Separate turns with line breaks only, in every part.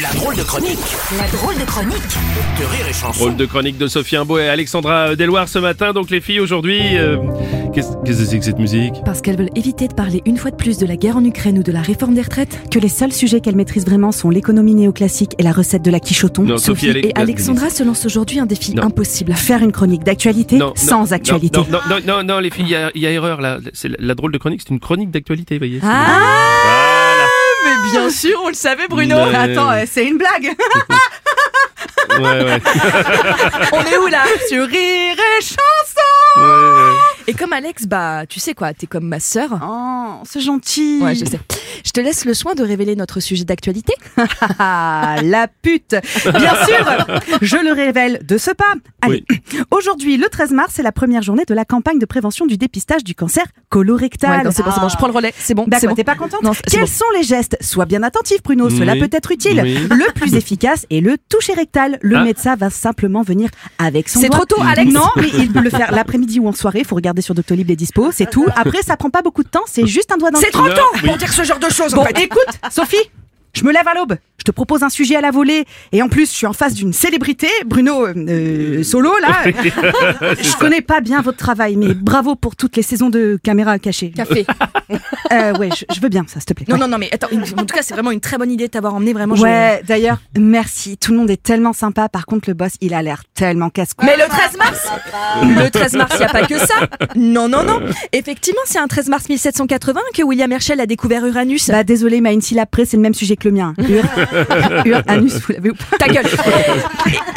La drôle de chronique
La drôle de chronique
de Rire et Chanson.
Rôle de chronique de Sophie Imbeau et Alexandra Deloire ce matin. Donc les filles aujourd'hui, euh, qu'est-ce qu'est-ce que c'est que cette musique
Parce qu'elles veulent éviter de parler une fois de plus de la guerre en Ukraine ou de la réforme des retraites, que les seuls sujets qu'elles maîtrisent vraiment sont l'économie néoclassique et la recette de la quichoton.
Non, Sophie,
Sophie,
elle est-
et Alexandra se lancent aujourd'hui un défi
Non.
impossible. Faire une chronique d'actualité sans actualité.
Non, non, non, non, non, les filles, il y a- il y, a erreur là. C'est la, la drôle de chronique, c'est une chronique d'actualité, voyez.
Ah
Voilà.
Ah,
Mais bien sûr, on le savait Bruno
Mais-
Attends, euh, c'est une blague
Ouais, ouais.
On est où là Sur Rire et Chanson
Ouais, ouais.
Et comme Alex, bah, tu sais quoi, t'es comme ma sœur.
Oh, c'est gentil
Ouais, je sais. Je te laisse le soin de révéler notre sujet d'actualité.
Ah, la pute Bien sûr Je le révèle de ce pas Allez, aujourd'hui, le 13 mars, c'est la première journée de la campagne de prévention du dépistage du cancer colorectal. Ah.
Ouais, non, c'est bon, c'est bon, je prends le relais, c'est bon, c'est
D'accord,
bon.
t'es pas contente
Non, c'est
Quels
bon.
sont les gestes Sois bien attentif, Bruno, cela
Oui.
peut être utile.
Oui.
Le plus efficace est le toucher rectal. Le
Ah.
médecin va simplement venir avec son
C'est
doigt.
trop tôt, Alex
Non, mais il peut le faire l'après-midi ou en soirée. Faut regarder sur Doctolib les dispos, c'est tout. Après, ça prend pas beaucoup de temps, c'est juste un doigt dans le
Ah. C'est trop
Non,
tôt
oui.
pour dire ce genre de choses,
Bon,
en fait.
écoute, Sophie, je me lève à l'aube. Je te propose un sujet à la volée. Et en plus, je suis en face d'une célébrité, Bruno euh, euh, Solo, là. je connais pas bien votre travail, mais bravo pour toutes les saisons de caméra cachée.
Café.
Euh, ouais, je, je veux bien, ça, s'il te plaît.
Non,
Ouais.
non, non, mais attends, en tout cas, c'est vraiment une très bonne idée de t'avoir emmené vraiment. je-
Ouais, d'ailleurs, merci. Tout le monde est tellement sympa. Par contre, le boss, il a l'air tellement casse-cou.
Mais le 13 mars Le 13 mars, il n'y a pas que ça Non, non, non Effectivement, c'est un 13 mars 1780 que William Herschel a découvert Uranus.
Bah, désolé, mais à une syllabe près, c'est le même sujet que le mien. Ur, ur, anus, vous l'avez ou pas
Ta gueule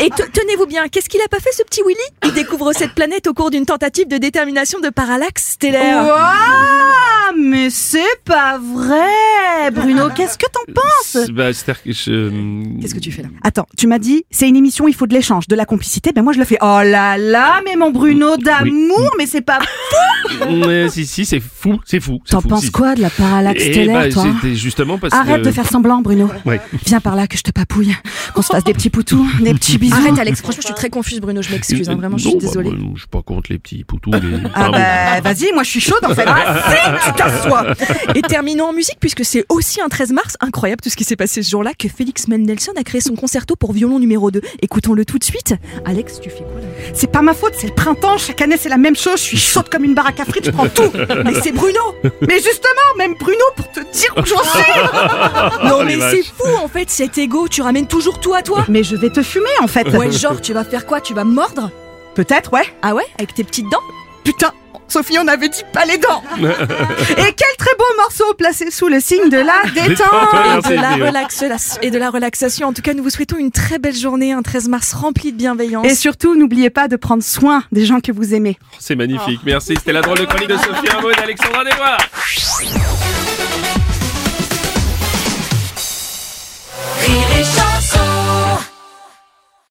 Et, et te- tenez-vous bien, qu'est-ce qu'il a pas fait ce petit Willy Il découvre cette planète au cours d'une tentative de détermination de parallaxe stellaire.
Ouah, mais c'est pas vrai Bruno, qu'est-ce que t'en penses
C'est- Bah, c'est-à-dire que je... euh,
Qu'est-ce que tu fais là
Attends, tu m'as dit, c'est une émission, il faut de l'échange, de la complicité. Ben moi, je le fais. Oh là là, mais mon Bruno d'amour, mais c'est pas.
mm, Ouais, si, si, c'est fou, c'est fou. c'est
T'en
fou,
penses
si.
quoi de la parallaxe
Eh
stellaire,
bah,
toi
c'était justement parce que...
Arrête de faire semblant, Bruno.
Ouais.
Viens par là que je te papouille. Qu'on se fasse des petits poutous, des petits bisous.
Arrête Alex, franchement je suis très confuse Bruno, je m'excuse, hein, vraiment je suis
Non, bah,
désolée.
bah, je suis pas contre les petits poutous. les-
Ah
Enfin, bon.
bah, vas-y, moi je suis chaude en fait. Ah, si, tu t'assois.
Et terminons en musique puisque c'est aussi un 13 mars, incroyable tout ce qui s'est passé ce jour-là, que Félix Mendelssohn a créé son concerto pour violon numéro 2. Écoutons-le tout de suite. Alex, tu fais quoi là
C'est pas ma faute, c'est le printemps, chaque année c'est la même chose, je suis chaude comme une baraque à frites, je prends tout.
Mais c'est Bruno
Mais justement, même Bruno pour te dire où j'en suis.
Non
Oh, les
mais
vaches.
c'est fou en fait cet égo, tu ramènes toujours tout à toi
Mais je vais te fumer en fait.
Ouais genre tu vas faire quoi Tu vas mordre
Peut-être, ouais.
Ah ouais Avec tes petites dents
Putain, Sophie, on avait dit pas les dents. Et quel très beau morceau placé sous le signe de la détente.
Ah,
et
c'est
de, la
bien.
relaxa- et de la relaxation. En tout cas, nous vous souhaitons une très belle journée, un 13 mars rempli de bienveillance.
Et surtout, n'oubliez pas de prendre soin des gens que vous aimez.
C'est magnifique, merci. C'était la drôle de chronique de Sophie Imbeau et d'Alexandra Deloire.